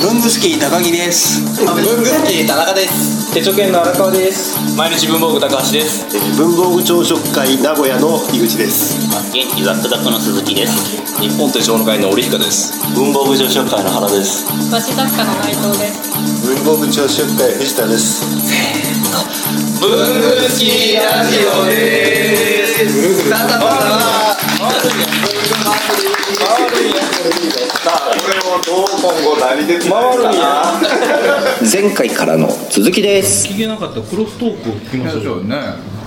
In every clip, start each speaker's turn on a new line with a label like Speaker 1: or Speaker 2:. Speaker 1: 文具好き高木です
Speaker 2: 文具好き田中です
Speaker 3: 手帳犬の荒川です
Speaker 4: 毎日文房具高橋です
Speaker 5: 文房具朝食会名古屋の井口です
Speaker 6: 元気ザックザックの鈴木です
Speaker 7: 日本手帳の会の織彦です
Speaker 8: 文房具朝食会の原です
Speaker 9: 和紙作家の内藤で
Speaker 10: 文
Speaker 9: す
Speaker 10: 房具朝食会藤田です
Speaker 11: 文具好きラジオです
Speaker 2: さあさあさあ
Speaker 10: さあこれをどう今後何で
Speaker 2: 回るんや
Speaker 12: 前回からの続きです
Speaker 13: 聞けなかったクロストークを聞きましょうねなんで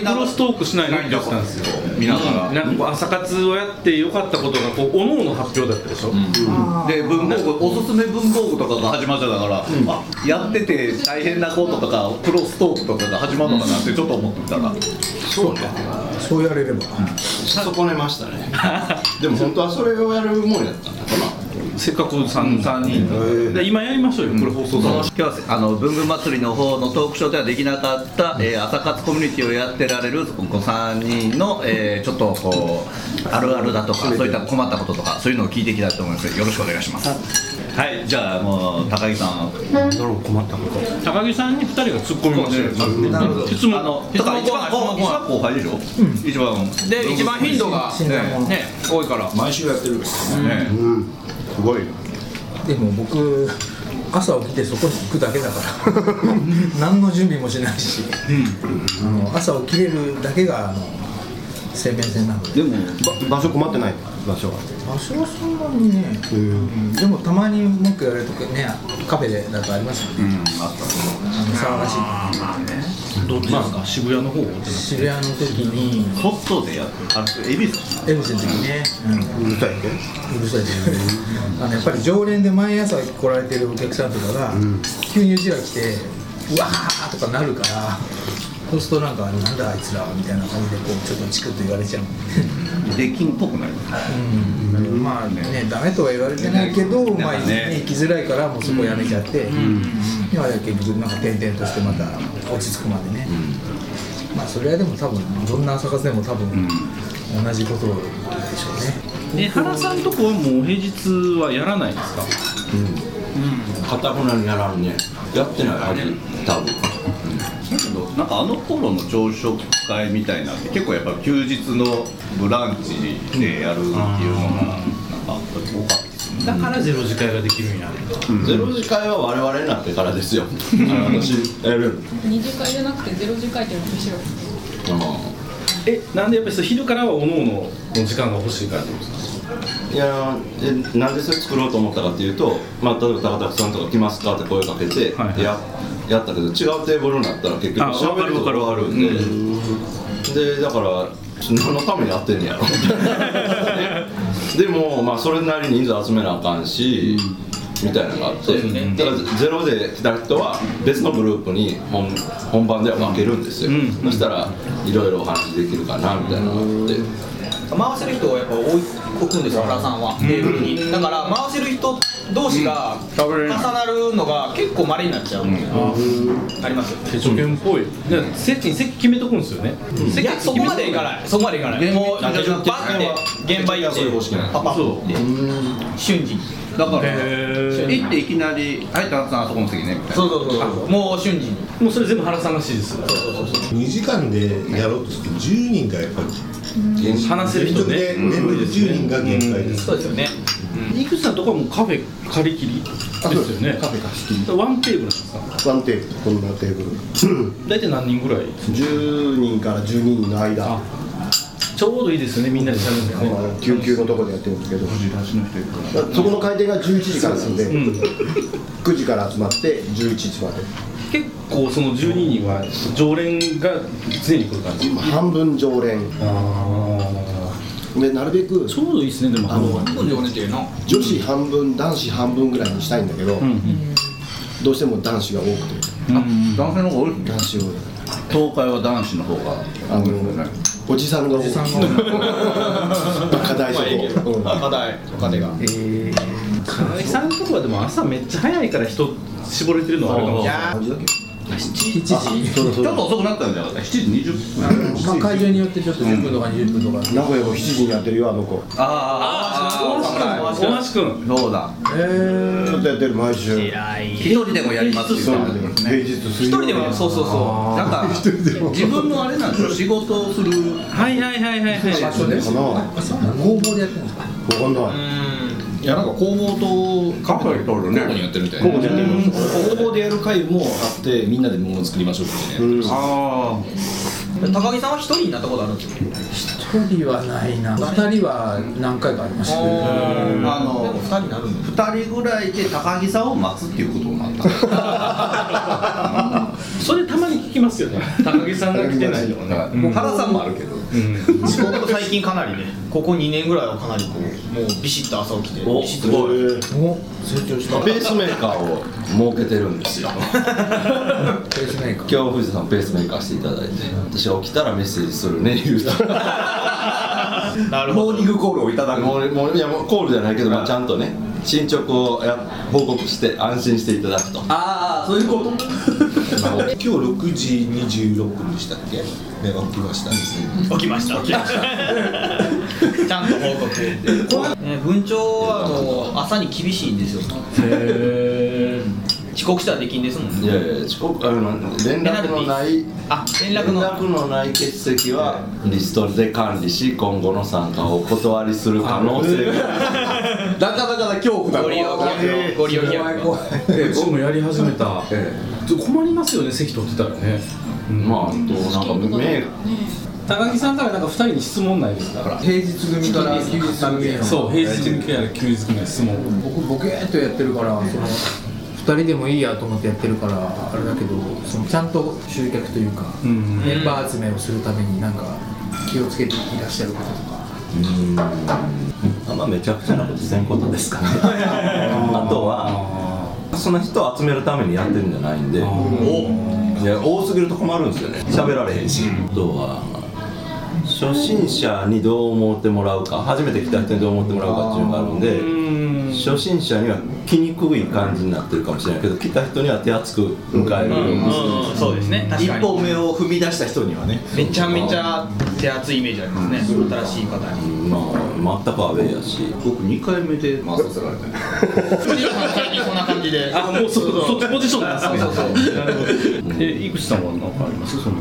Speaker 13: クロストークしないのって言ったんですよ見ながらなんかこう朝活をやって良かったことがこうおのおの発表だったでしょ、
Speaker 14: で文房具おすすめ文房具とかが始まっちゃったから、あやってて大変なこととかクロストークとかが始まるのかなってちょっと思ってたら、そうね
Speaker 15: そうやれれば、
Speaker 14: 損ねましたねでも本当はそれをやるもんやったんだ
Speaker 13: せっかく三三人で今やりましょうよこれ放送
Speaker 14: 今日はあの文具祭りの方のトークショーではできなかった、えー朝活コミュニティをやってられるお子さん人の、えーちょっとこうあるあるだとかそういった困ったこととかそういうのを聞いていきたいと思いますよろしくお願いしますはいじゃあもう高木さん困ったこと
Speaker 13: 高木さんに二人が突っ込みまし
Speaker 14: な
Speaker 13: たよ
Speaker 14: るほど
Speaker 13: 質問
Speaker 14: だから一番後輩後輩でしょ、一番
Speaker 4: で一番頻度が
Speaker 14: ね
Speaker 4: ね多いから
Speaker 14: 毎週やってるんですねすごい
Speaker 15: でも僕朝起きてそこに行くだけだから 何の準備もしないし、あの朝起きれるだけがあの生命線なの
Speaker 5: で
Speaker 15: で
Speaker 5: もば場所困ってない場所は
Speaker 15: 場所はそんなにね、うんでもたまに文句言われるときねカフェでだとありますよね、あの騒がしい
Speaker 13: どっちですか渋谷の方
Speaker 15: 渋谷の時に
Speaker 14: ホットでやるあ恵比寿
Speaker 15: 恵比寿の時ね、うん
Speaker 5: うるさいね
Speaker 15: うるさいですねあのやっぱり常連で毎朝来られてるお客さんとかが、急にうちら来てうわーとかなるからそうするとなんかなんだあいつらみたいな感じでこうちょっとチクッと言われちゃう
Speaker 14: 出禁っぽくなる
Speaker 15: うんまあねダメとは言われてないけど、まあね、行きづらいからもうそこやめちゃって、今だけ結局なんか転々としてまた落ち着くまでね、まあそれはでも多分どんな朝活でも多分同じことでしょうね、
Speaker 13: え原さんとこはもう平日はやらないですか
Speaker 2: 片船にならんねやってないはず多分
Speaker 14: なんかあの頃の朝食会みたいなのって結構やっぱ休日のブランチでやるっていうのがなんか多かったですね
Speaker 13: だからゼロ次会ができるんや
Speaker 2: ゼロ次会は我々になってから ですよ私やる
Speaker 9: 二次会じゃなくてゼロ次会っていうのが面白い
Speaker 13: えなんでやっぱりそう昼からはおのおのの時間が欲しいからってことですか
Speaker 2: いやーえなんでそれ作ろうと思ったかっていうと、まあ、例えば高田さんとか来ますかって声かけて、ややったけど違うテーブルになったら結局
Speaker 13: あ
Speaker 2: 喋ると
Speaker 13: わかるわ
Speaker 2: わ
Speaker 13: かる
Speaker 2: かるんで、でだから何のためにやってんねや ろで も、まあ、それなりに人数集めなあかんし、みたいなのがあって、だからゼロで来た人は別のグループに本本番では分けるんですよ、そしたらいろいろお話できるかなみたいなのがあって。
Speaker 16: 回せる人をやっぱ置い置くんですよ原さんはテーブルにだから回せる人同士が重なるのが結構まれになっちゃう、ありますよ
Speaker 13: 手帳券っぽいだから席に席決めとくんですよね、
Speaker 16: いやそこまでいかないそこまでいかないもうバ
Speaker 13: 現場
Speaker 16: ッて現場行ってパパッと瞬時に
Speaker 14: だから行っていきなり「はい田中さんあそこの席ね」みたいな
Speaker 16: そうそうそうもう瞬時に
Speaker 13: もうそれ全部原さんらしいです
Speaker 10: 2時間でやろうとすると10人がやっぱり
Speaker 13: 話せる人ね
Speaker 10: 連続で眠る10人が限界です
Speaker 16: そうですよね
Speaker 13: 井口さんとこはもうカフェ借り切りですよねカフェ貸し切りワンテーブルなんですか
Speaker 5: ワンテーブルこんなテーブル
Speaker 13: 大体何人ぐらい
Speaker 5: 10人から12人の間
Speaker 13: ちょうどいいですよねみんなで喋るんだよね
Speaker 5: 救急のとこでやってるんですけどそこの開店が11時からなんで9時から集まって11時まで
Speaker 13: 結構その12人は常連が常に来る感じ
Speaker 5: 半分常連でなるべく
Speaker 13: ちょうどいいですねでも
Speaker 5: あの
Speaker 16: 今度で俺っていうの
Speaker 5: 女子半分男子半分ぐらいにしたいんだけど、どうしても男子が多くて
Speaker 14: 男性の方が多い
Speaker 5: 男子を
Speaker 14: 東海は男子の方が
Speaker 5: あのおじさんが多い課題そこ、うん
Speaker 16: 課題若手が
Speaker 13: 金井さんとこはでも朝めっちゃ早いから人絞れてるのはあるかも
Speaker 5: 何時だっけ
Speaker 15: 7時ち
Speaker 14: ょっと遅くなったんじゃなかった7時20分
Speaker 15: まあ会場によってちょっと10分とか20分とか
Speaker 5: 名古屋も7時にやってるよあの子
Speaker 14: ああ
Speaker 13: 大橋君
Speaker 14: そうだ
Speaker 5: ええちょっとやってる毎週
Speaker 14: 一人でもやります
Speaker 5: そう平日
Speaker 14: 一人でもそうそうそうなんか自分のあれなんですよ仕事をする
Speaker 13: はいはいはいはいはい
Speaker 5: 場所でかな
Speaker 15: 工房でやってるんですか
Speaker 5: 分かんない
Speaker 4: いやなんか工房とカフェと交互にやってるみたいな
Speaker 5: 交互にやってる
Speaker 4: 工房でやる会もあってみんなで物を作りましょうってね
Speaker 13: あ
Speaker 16: 高木さんは一人になったことあるんですか
Speaker 15: 一人はないな二人は何回かありましたね
Speaker 14: あの
Speaker 16: 二人になるん
Speaker 14: 2人ぐらいで高木さんを待つっていうことになった
Speaker 13: それたまに聞きますよね高木さんが来てないとかね
Speaker 14: もう原さんもあるけど
Speaker 16: です僕最近かなりねここ2年ぐらいはかなりこうもうビシッと朝起きてビシッと
Speaker 15: お成長した
Speaker 2: ペースメーカーを設けてるんですよ
Speaker 15: ペースメーカー
Speaker 2: 今日藤田さんペースメーカーしていただいて私は起きたらメッセージするね言うた
Speaker 16: なるほ
Speaker 14: どモーニングコールをいただく
Speaker 2: もうもういやもうコールじゃないけど、まあ、ちゃんとね進捗をや報告して安心していただくと
Speaker 14: ああそういうこと
Speaker 11: 今日6時26分でしたっけね起きました
Speaker 16: 起きました
Speaker 11: 起きま
Speaker 16: したちゃんと報告ね文鳥はもう朝に厳しいんですよ遅刻したらできんですもん
Speaker 2: い
Speaker 16: ね
Speaker 2: やいや遅刻あの連絡のない
Speaker 16: あ連
Speaker 2: 絡のない欠席はリストで管理し今後の参加をお断りする可能性が
Speaker 14: なかなかな恐怖だ
Speaker 16: ご利用ご利用
Speaker 13: え僕もやり始めたちょっと困りますよね席取ってたらね
Speaker 2: まああとなんか目
Speaker 13: 高木さんからなんか2人に質問ないですか
Speaker 15: 平日組から休日組への
Speaker 13: そう平日組から休日組への質問
Speaker 15: 僕ボケーっとやってるからその2人でもいいやと思ってやってるからあれだけどそのちゃんと集客というか、
Speaker 13: うん
Speaker 15: メンバー集めをするためになんか気をつけていらっしゃる方とか
Speaker 3: あんまめちゃくちゃなことせんことです かねあとはその人を集めるためにやってるんじゃないんでいや多すぎると困るんですよね喋られへんしあとは初心者にどう思ってもらうか初めて来た人にどう思ってもらうかっていうのがあるんで初心者には来にくい感じになってるかもしれないけど来た人には手厚く迎えるようにする
Speaker 16: そうですね確
Speaker 14: 一
Speaker 16: かに
Speaker 14: 歩目を踏み出した人にはね
Speaker 16: めちゃめちゃ手厚いイメージありますね新しい方に
Speaker 3: まあ全くアウェーやし
Speaker 14: 僕2回目で回させられたね
Speaker 16: 最近こんな感じで
Speaker 13: あもうそそっちポジションなんですね
Speaker 16: そう
Speaker 13: え井口さんは何かありますその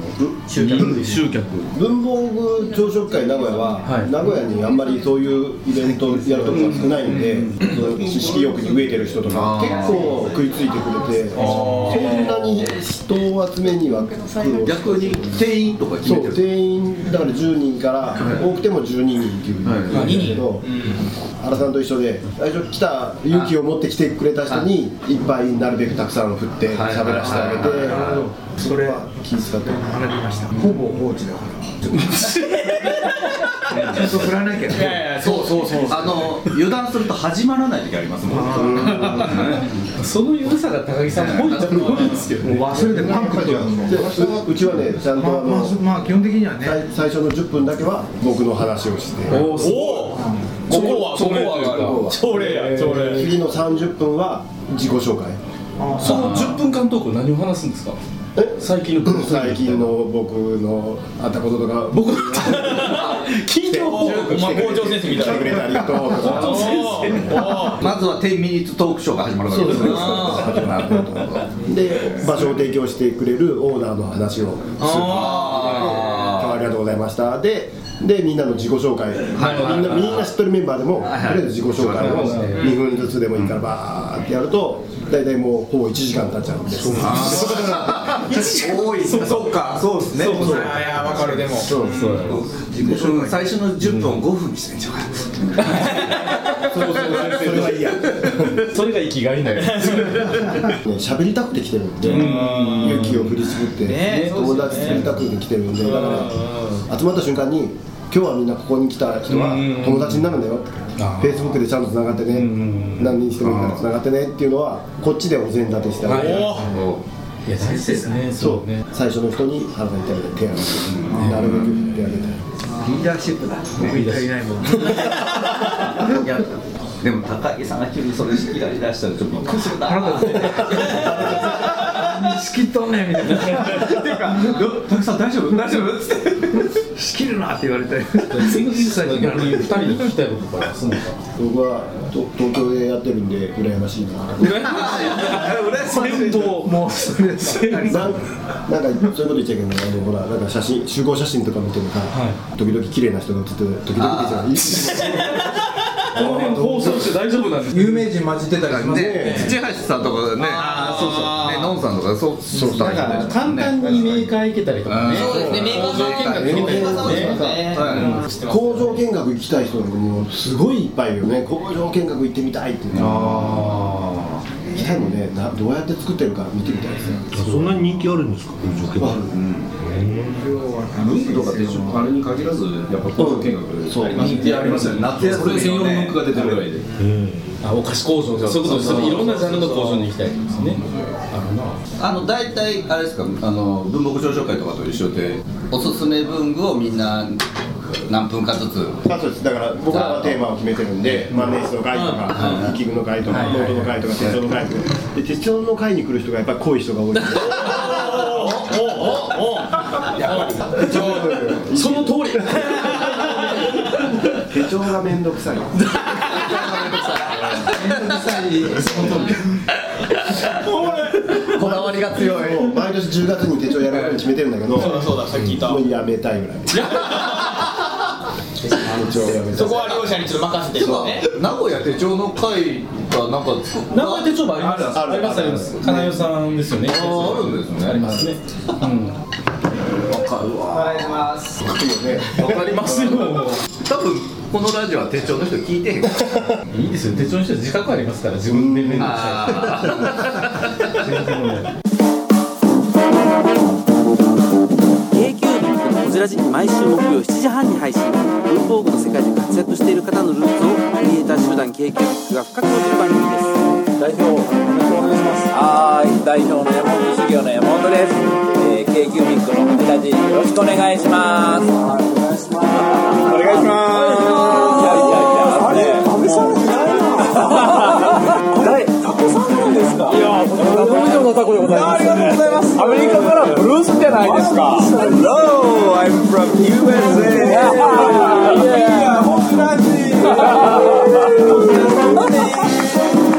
Speaker 13: 集客集客
Speaker 5: 文房具朝食会名古屋は、名古屋にあんまりそういうイベントやるとこが少ないんで、その知識欲に飢えてる人とか
Speaker 10: あ
Speaker 5: 結
Speaker 10: ー
Speaker 5: 構食いついてくれてそんなに人を集めには苦労
Speaker 14: 逆に定員とか決めて
Speaker 5: そう定員だから10人から多くても12人っていう感じだけど原さんと一緒で最初来た勇気を持って来てくれた人にいっぱいなるべくたくさん振って喋らせてあげてそれは気遣って学びました
Speaker 15: ほぼ放置だから
Speaker 14: ちゃんと振らなきゃいやいやそうそうそうあの油断すると始まらない時ありますもん
Speaker 13: その緩さが高木さんっぽいと思うんですけど
Speaker 14: ね
Speaker 5: 忘れてパン食っちゃううちはねちゃんとあのまあ基本的にはね最初の10分だけは僕の話をして
Speaker 13: おーす
Speaker 5: こ
Speaker 13: ここはここは朝礼や朝礼
Speaker 5: 次の30分は自己紹介
Speaker 13: その10分間トーク何を話すんですか最近の
Speaker 5: 最近の僕のあったこととか僕
Speaker 13: 近況報
Speaker 5: 告校長先生みたいなくれてありがとうとか
Speaker 14: まずは10ミニッツトークショーが始まるわけです
Speaker 5: で 場所を提供してくれるオーナーの話をする今日はありがとうございましたででみんなの自己紹介、みんなみんな知ってるメンバーでも、とりあえず自己紹介を2分ずつでもいいからバーってやると大体もうほぼ1時間経っちゃうんで
Speaker 14: 多いそうそうかそうですねそうそういやわかるでもそうそう最初の10分を5分にしてんじ ゃん
Speaker 5: それはいいや
Speaker 13: それが生きが いだよ
Speaker 5: ね喋りたくて来てるんで勇気を振り絞って、
Speaker 13: ね
Speaker 5: 友達作りたくて来てるんでだから集まった瞬間に今日はみんなここに来た人は友達になるんだよフェイスブックでちゃんとつながってね何人してもいいからつながってねっていうのはこっちでお膳立てしてあげる
Speaker 13: いや大事ですねそうね
Speaker 5: 最初の人に腹が痛みで手を挙げてなるべく振ってあげたい
Speaker 15: リーダーシップだ僕に足りないもん
Speaker 14: でも高木さんが急にそれ引き出し出したらちょっとびっくりするな
Speaker 15: 仕切っとんねんみたいな
Speaker 9: ていうかど「たくさん大丈夫大丈夫?」っつって
Speaker 15: 「仕切るな」って言われて
Speaker 13: 逆に二人に聞きたいことからすんのか
Speaker 5: 僕はと東京でやってるんで羨ましいな
Speaker 9: 羨ましい
Speaker 5: 羨ましい
Speaker 15: もうそ れ
Speaker 5: なんなんかそういうこと言っちゃいけないあのほらなんか写真集合写真とか見てもさ、時々綺麗な人が写って時々でさ
Speaker 17: この辺放送して大丈夫なんです
Speaker 15: 有名人混じってたりします
Speaker 14: ね土橋さんとかねそうそうねのんさんとかそうそう
Speaker 13: だから簡単にメーカー行けたりとかね
Speaker 9: そうですねメーカーさん見学行けたりとかね
Speaker 5: 工場見学行きたい人もすごいいっぱいいるよね工場見学行ってみたいっていうああ行きたいもんねなどうやって作ってるか見てみたいですね
Speaker 18: そんなに人気あるんですか工場見学
Speaker 3: 文具とかってあれに限らずやっぱ工場見学そう人気ありますよね夏休み専用の文具が出てるぐらいで
Speaker 13: あお菓子工場とかそういうことですねいろんなジャンルの工場に行きたいですね
Speaker 14: あの大体あれですかあの文房具上昇会とかと一緒でおすすめ文具をみんな何分かずつ
Speaker 5: あそうですだから僕らはテーマを決めてるんで万年筆の会とか器具の会とかノートの会とか手帳の会とかで手帳の会に来る人がやっぱり濃い人が多いんで
Speaker 13: その通り
Speaker 5: 手帳が面倒くさい
Speaker 14: こだわりが強い
Speaker 5: 毎年10月に手帳やめるように決めてるんだけど
Speaker 9: そうだそうださっき聞いた
Speaker 5: もうやめたいぐらい手帳をやめた
Speaker 9: そ
Speaker 5: い
Speaker 9: こは両者にちょっと任せて
Speaker 14: でも名古屋手帳の会がなんか
Speaker 13: 名古屋手帳部あります
Speaker 5: ある
Speaker 13: ありますあります金代さんですよね
Speaker 14: ああるんですね
Speaker 13: ありますねうん
Speaker 9: わかります
Speaker 5: 書くよね
Speaker 13: わかりますよ
Speaker 14: 多分このラジオは手帳の人聞いてへんから
Speaker 13: いいですよ手帳の人は自覚ありますから自分で面倒く
Speaker 14: あー
Speaker 13: さい
Speaker 16: k q b のこじらじ毎週木曜7時半に配信文房具の世界で活躍している方のルーツをクリエイター集団 k q b が深く掘る番組です代表よろしくお願いしますはい代表の山本修行の山本です、えー、k q b のこじらじよろしくお願いしますお願いしますお願いしますいやいやいやあれ食べされてないなタコさんなんですかいやタコ以上のタコでございます、ありがとうございますアメリカからブルースじゃないですか Hello, I'm from USA. Yeah, yeah. Hosuraji.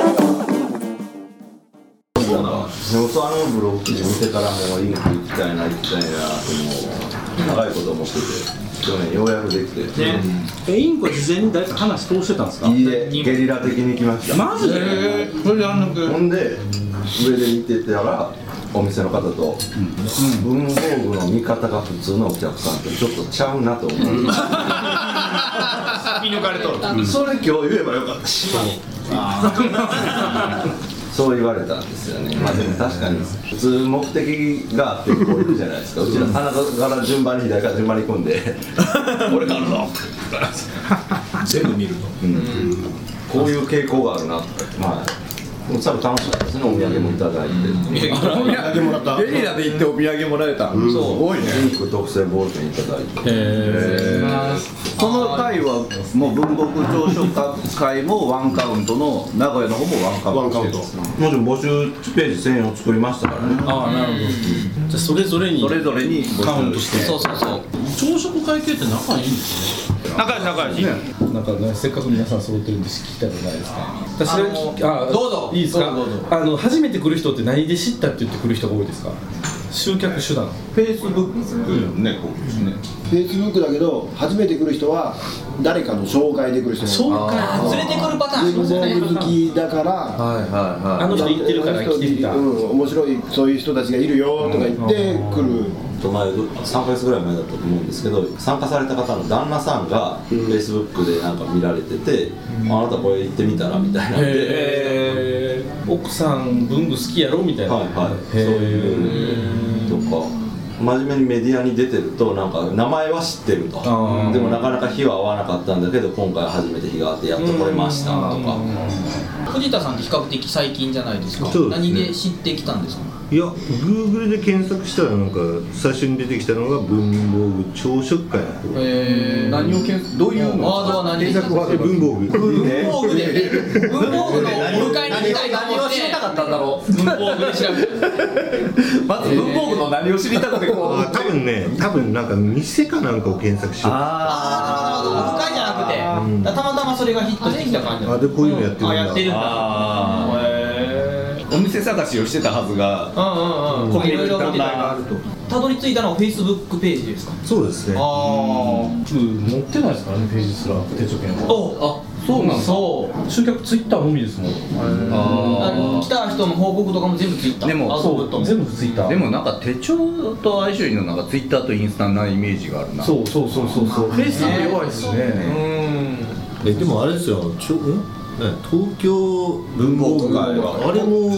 Speaker 3: でもそうあのブログ記事見てからもうインク行きたいな行きたいなってもう長いこと思ってて去年ようやくできて、
Speaker 17: ねえインコは事前に誰か話通してたんですか
Speaker 3: いいえゲリラ的に来ました
Speaker 17: マジでそれであんなく
Speaker 3: ほんで上で見てたらお店の方と、文房具の見方が普通のお客さんとちょっとちゃうなと思う、
Speaker 9: 見抜かれとる
Speaker 3: それ今日言えばよかったしそう言われたんですよね、まあ、でも確かに普通目的があってこう行くじゃないですかうちら鼻から順番に左から順番に行く んで俺からぞ
Speaker 18: 全部見る
Speaker 3: こういう傾向があるなとか言ってまあでも多分楽しかったですねお土産もいただいて、
Speaker 18: とゲリラで行ってお土産もらえた
Speaker 3: そう多いねインク特製ボールペンいただいて
Speaker 14: その会はもう文国朝食会もワンカウントの名古屋の方もワンカウント
Speaker 5: ワンカウント
Speaker 3: もちろん募集ページ1000円を作りましたからね
Speaker 13: ああなるほどじゃあそれぞれに
Speaker 14: それぞれに
Speaker 13: カウントして
Speaker 9: そうそうそう
Speaker 13: 朝食会計って仲いいんですね
Speaker 9: 仲良し仲良し
Speaker 13: なんかね、せっかく皆さん揃ってるんで聞きたくないですか。私が聞き
Speaker 9: あのどうぞ
Speaker 13: いいですか。
Speaker 9: どうぞどうぞ
Speaker 13: あの初めて来る人って何で知ったって言って来る人が多いですか。集客手段。
Speaker 3: フェイスブックねこうですね
Speaker 5: フェイスブックだけど初めて来る人は誰かの紹介で来る人
Speaker 13: 紹介。
Speaker 9: あ連れてくるパターンあり
Speaker 5: 文
Speaker 9: ますよね
Speaker 5: 房具好きだから
Speaker 14: はいはい
Speaker 13: あの人行ってるから来てみた。
Speaker 5: う
Speaker 13: うん
Speaker 5: ん、面白いそういう人たちがいるよとか言って来る、
Speaker 3: と前3ヶ月ぐらい前だったと思うんですけど参加された方の旦那さんが Facebook でなんか見られてて、あなたこれ行ってみたらみたいなんで、
Speaker 13: へえ。奥さん文具好きやろみたいな。
Speaker 3: はいはいそういうのとか真面目にメディアに出てるとなんか名前は知ってると
Speaker 13: あー
Speaker 3: でもなかなか火は合わなかったんだけど今回初めて火があってやっと来れましたとか
Speaker 9: 藤田さんって比較的最近じゃないですか
Speaker 18: そうですね
Speaker 9: 何で知ってきたんですか
Speaker 5: いや、Google で検索したらなんか最初に出てきたのが文房具朝食会の方
Speaker 3: えー、何をけんどういうのワードは何
Speaker 5: 検索は文房具
Speaker 3: 文房具で文房具のお迎えに行きたいと
Speaker 19: 何
Speaker 3: 思
Speaker 19: を
Speaker 3: っ
Speaker 19: 知り
Speaker 3: て
Speaker 19: たかったんだろ
Speaker 3: 文房具で調べて
Speaker 19: うまず文房具の何を知りたくてこう
Speaker 5: あ多分ね多分なんか店かなんかを検索しよう
Speaker 3: あーなるほどなるほどお迎えじゃなくて、たまたまそれがヒットしてきた感じ
Speaker 5: あでこういうのやってるん
Speaker 3: あ
Speaker 5: だ
Speaker 3: やってるんだ
Speaker 19: お店探しをしてたはずが
Speaker 3: うんうんうん
Speaker 19: コンビニ
Speaker 3: いろいろ見てたら
Speaker 19: があると
Speaker 3: たどり着いたのはフェイスブックページですか
Speaker 5: そうですね
Speaker 3: ああ
Speaker 13: 持ってないですからねページすら手帳券は
Speaker 3: おあ
Speaker 13: そうなんだ
Speaker 3: そう
Speaker 13: 集客ツイッターのみですもん
Speaker 3: 来た人の報告とかも全部ツイッター
Speaker 20: でも
Speaker 3: アウトプットも
Speaker 20: 部ツイッターでもなんか手帳と相性いいのなんかツイッターとインスタなイメージがあるな
Speaker 13: そうそうそうそうそうフェイス
Speaker 20: ね
Speaker 13: 弱いですね
Speaker 21: えでもあれですよちょんね東京文房具会あれもあれあれも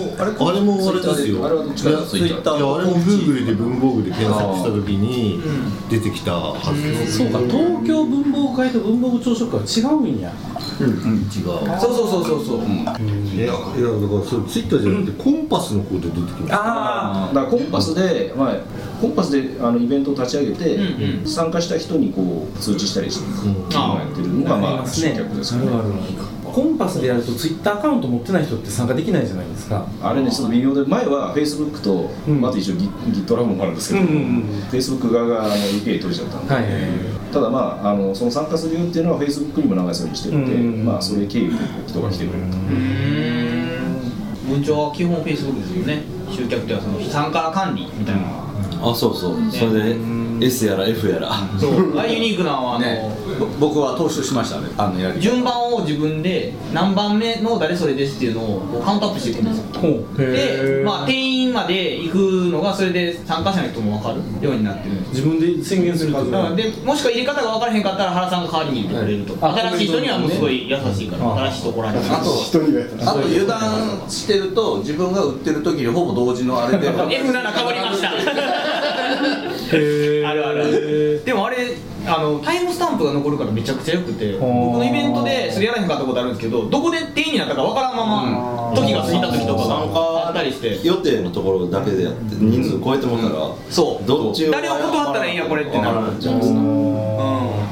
Speaker 21: あれですよいやツイッターいやあれも Google で文房具で検索した時に出てきたはずです
Speaker 13: そうか東京文房会と文房具朝食は違うんや
Speaker 21: うん違う
Speaker 3: そうそうそうそうそう、
Speaker 21: いやいやだからそれツイッターじゃなくてコンパスの方で出てきました
Speaker 14: ああだからコンパスで、まあ、コンパスであのイベントを立ち上げて、参加した人にこう通知したりして、やってるのがまあ集客ですからね
Speaker 13: コンパスでやるとツイッターアカウント持ってない人って参加できないじゃないですか
Speaker 14: あれねちょっと微妙で前は Facebook と、まあと一応 GitLab もあるんですけど、
Speaker 13: うんうん
Speaker 14: Facebook 側があの UK 取れちゃったんで、
Speaker 13: はいはいはい
Speaker 14: ただまああのその参加するよっていうのは Facebook にも流すようにしてるんで、
Speaker 13: うんうん
Speaker 14: まあそれ経由で人が来てくれると。
Speaker 3: 文鳥は基本フェイスブックですよね集客というかその参加管理みたいな
Speaker 22: あそうそう、それで S やら F やら
Speaker 3: そうあユニークなのはあの、
Speaker 19: ぼ僕は投資しましたねあのやり
Speaker 3: 順番を自分で何番目の誰それですっていうのをこうカウントアップしていくんですよで、まあ、定員まで行くのがそれで参加者の人も分かるようになってるんです
Speaker 13: 自分で宣言するってこと
Speaker 3: だからでもしくは入れ方が分からへんかったら原さんが代わりに入れてくれるとか、
Speaker 13: はいあ
Speaker 3: 新しい人にはもうすごい優しいから、
Speaker 13: あ
Speaker 3: 新しいところに
Speaker 19: あとあと油断してると自分が売ってる時にほぼ同時のあれで
Speaker 3: F7 変わりましたあるあるでもあれあのタイムスタンプが残るからめちゃくちゃよくて僕のイベントでそれやらへんかったことあるんですけどどこで定員になったかわからんまま時が過ぎた時とかがあったりして
Speaker 22: 予定のところだけでやって人数超えてもらったら、
Speaker 3: そう
Speaker 22: どっち
Speaker 3: 誰を断ったらいいんやこれってなる
Speaker 22: じゃないですか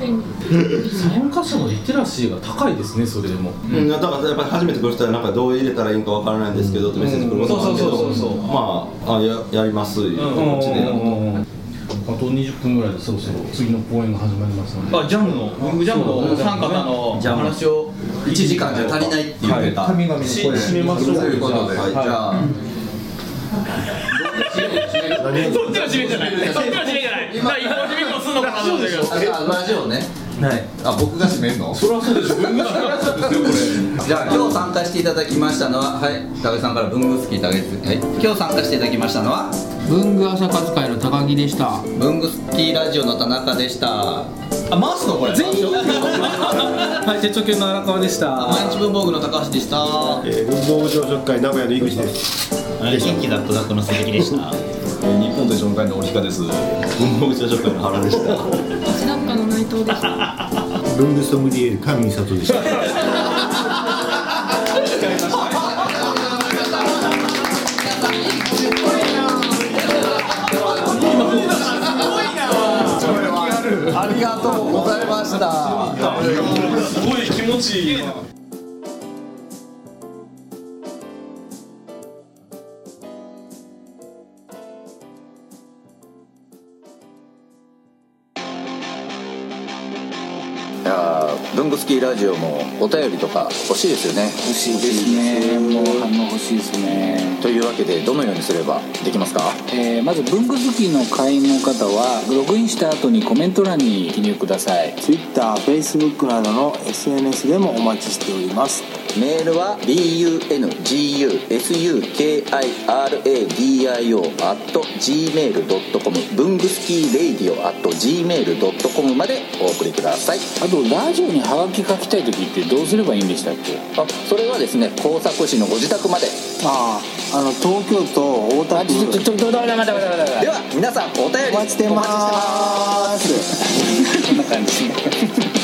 Speaker 13: 参加者のリテラシーが高いですねそれでも
Speaker 22: うん、だからやっぱり初めて来る人はなんかどう入れたらいいんかわからないんですけどってメッセージ来ることもあるけ
Speaker 3: うん
Speaker 22: ど
Speaker 3: そうそうそうそうそう
Speaker 22: まああややりますいう気持ちでやると
Speaker 13: あと20分ぐらいでそろそろ次の公演が始まりますので
Speaker 3: あジャムの僕ジャムのお三方のお
Speaker 13: ジャム
Speaker 3: 話を
Speaker 19: 1時間じゃ足りないって言ってた、
Speaker 13: 神々の声
Speaker 19: し締めましょうということで、じゃあ
Speaker 3: そっちの締めじゃないそっちの締めじゃないだから一本締めとすんのかなと思ったけど
Speaker 19: あラジオねはい、あ僕が締めるのそれはそうでしょ文具好きなんですよこれ
Speaker 20: じ ゃあ今日参加していただきましたのははい高木さんから文具好き高木はい今日参加していただきましたのは
Speaker 15: 文具朝活会の高木でした
Speaker 20: 文具好きラジオの田中でしたあ回すのこれ全員
Speaker 15: はい手帳級の荒川でした
Speaker 20: 毎日文房具の高橋でした
Speaker 23: えー文房具朝食会名古屋の井口です
Speaker 16: 元気だったこの鈴木でした。
Speaker 24: 日本と一緒の会の折りかです文房具朝食会の原でした
Speaker 9: 私なんかの内藤でした。
Speaker 21: 文具ソムリエール神美里でした
Speaker 19: ありがとうございました
Speaker 25: すごい気持ちいいな
Speaker 20: いやー文具好きラジオもお便りとか欲しいですよね欲しいですねもう反応欲しいですねというわけでどのようにすればできますか
Speaker 26: えーまず文具好きの会員の方はログインした後にコメント欄に記入ください TwitterFacebook などの SNS でもお待ちしております
Speaker 20: メールは bungusukkiradio.gmail.com 文具スキーレイディオ at gmail.com までお送りください
Speaker 26: あとラジオにハガキ書きたい時ってどうすればいいんでしたっけ
Speaker 20: あそれはですね工作士のご自宅まで
Speaker 26: あああの東京都大田区ちょちょちょ待って待って待って待って
Speaker 20: では皆さんお便りお待ちしてます
Speaker 26: こんな感じ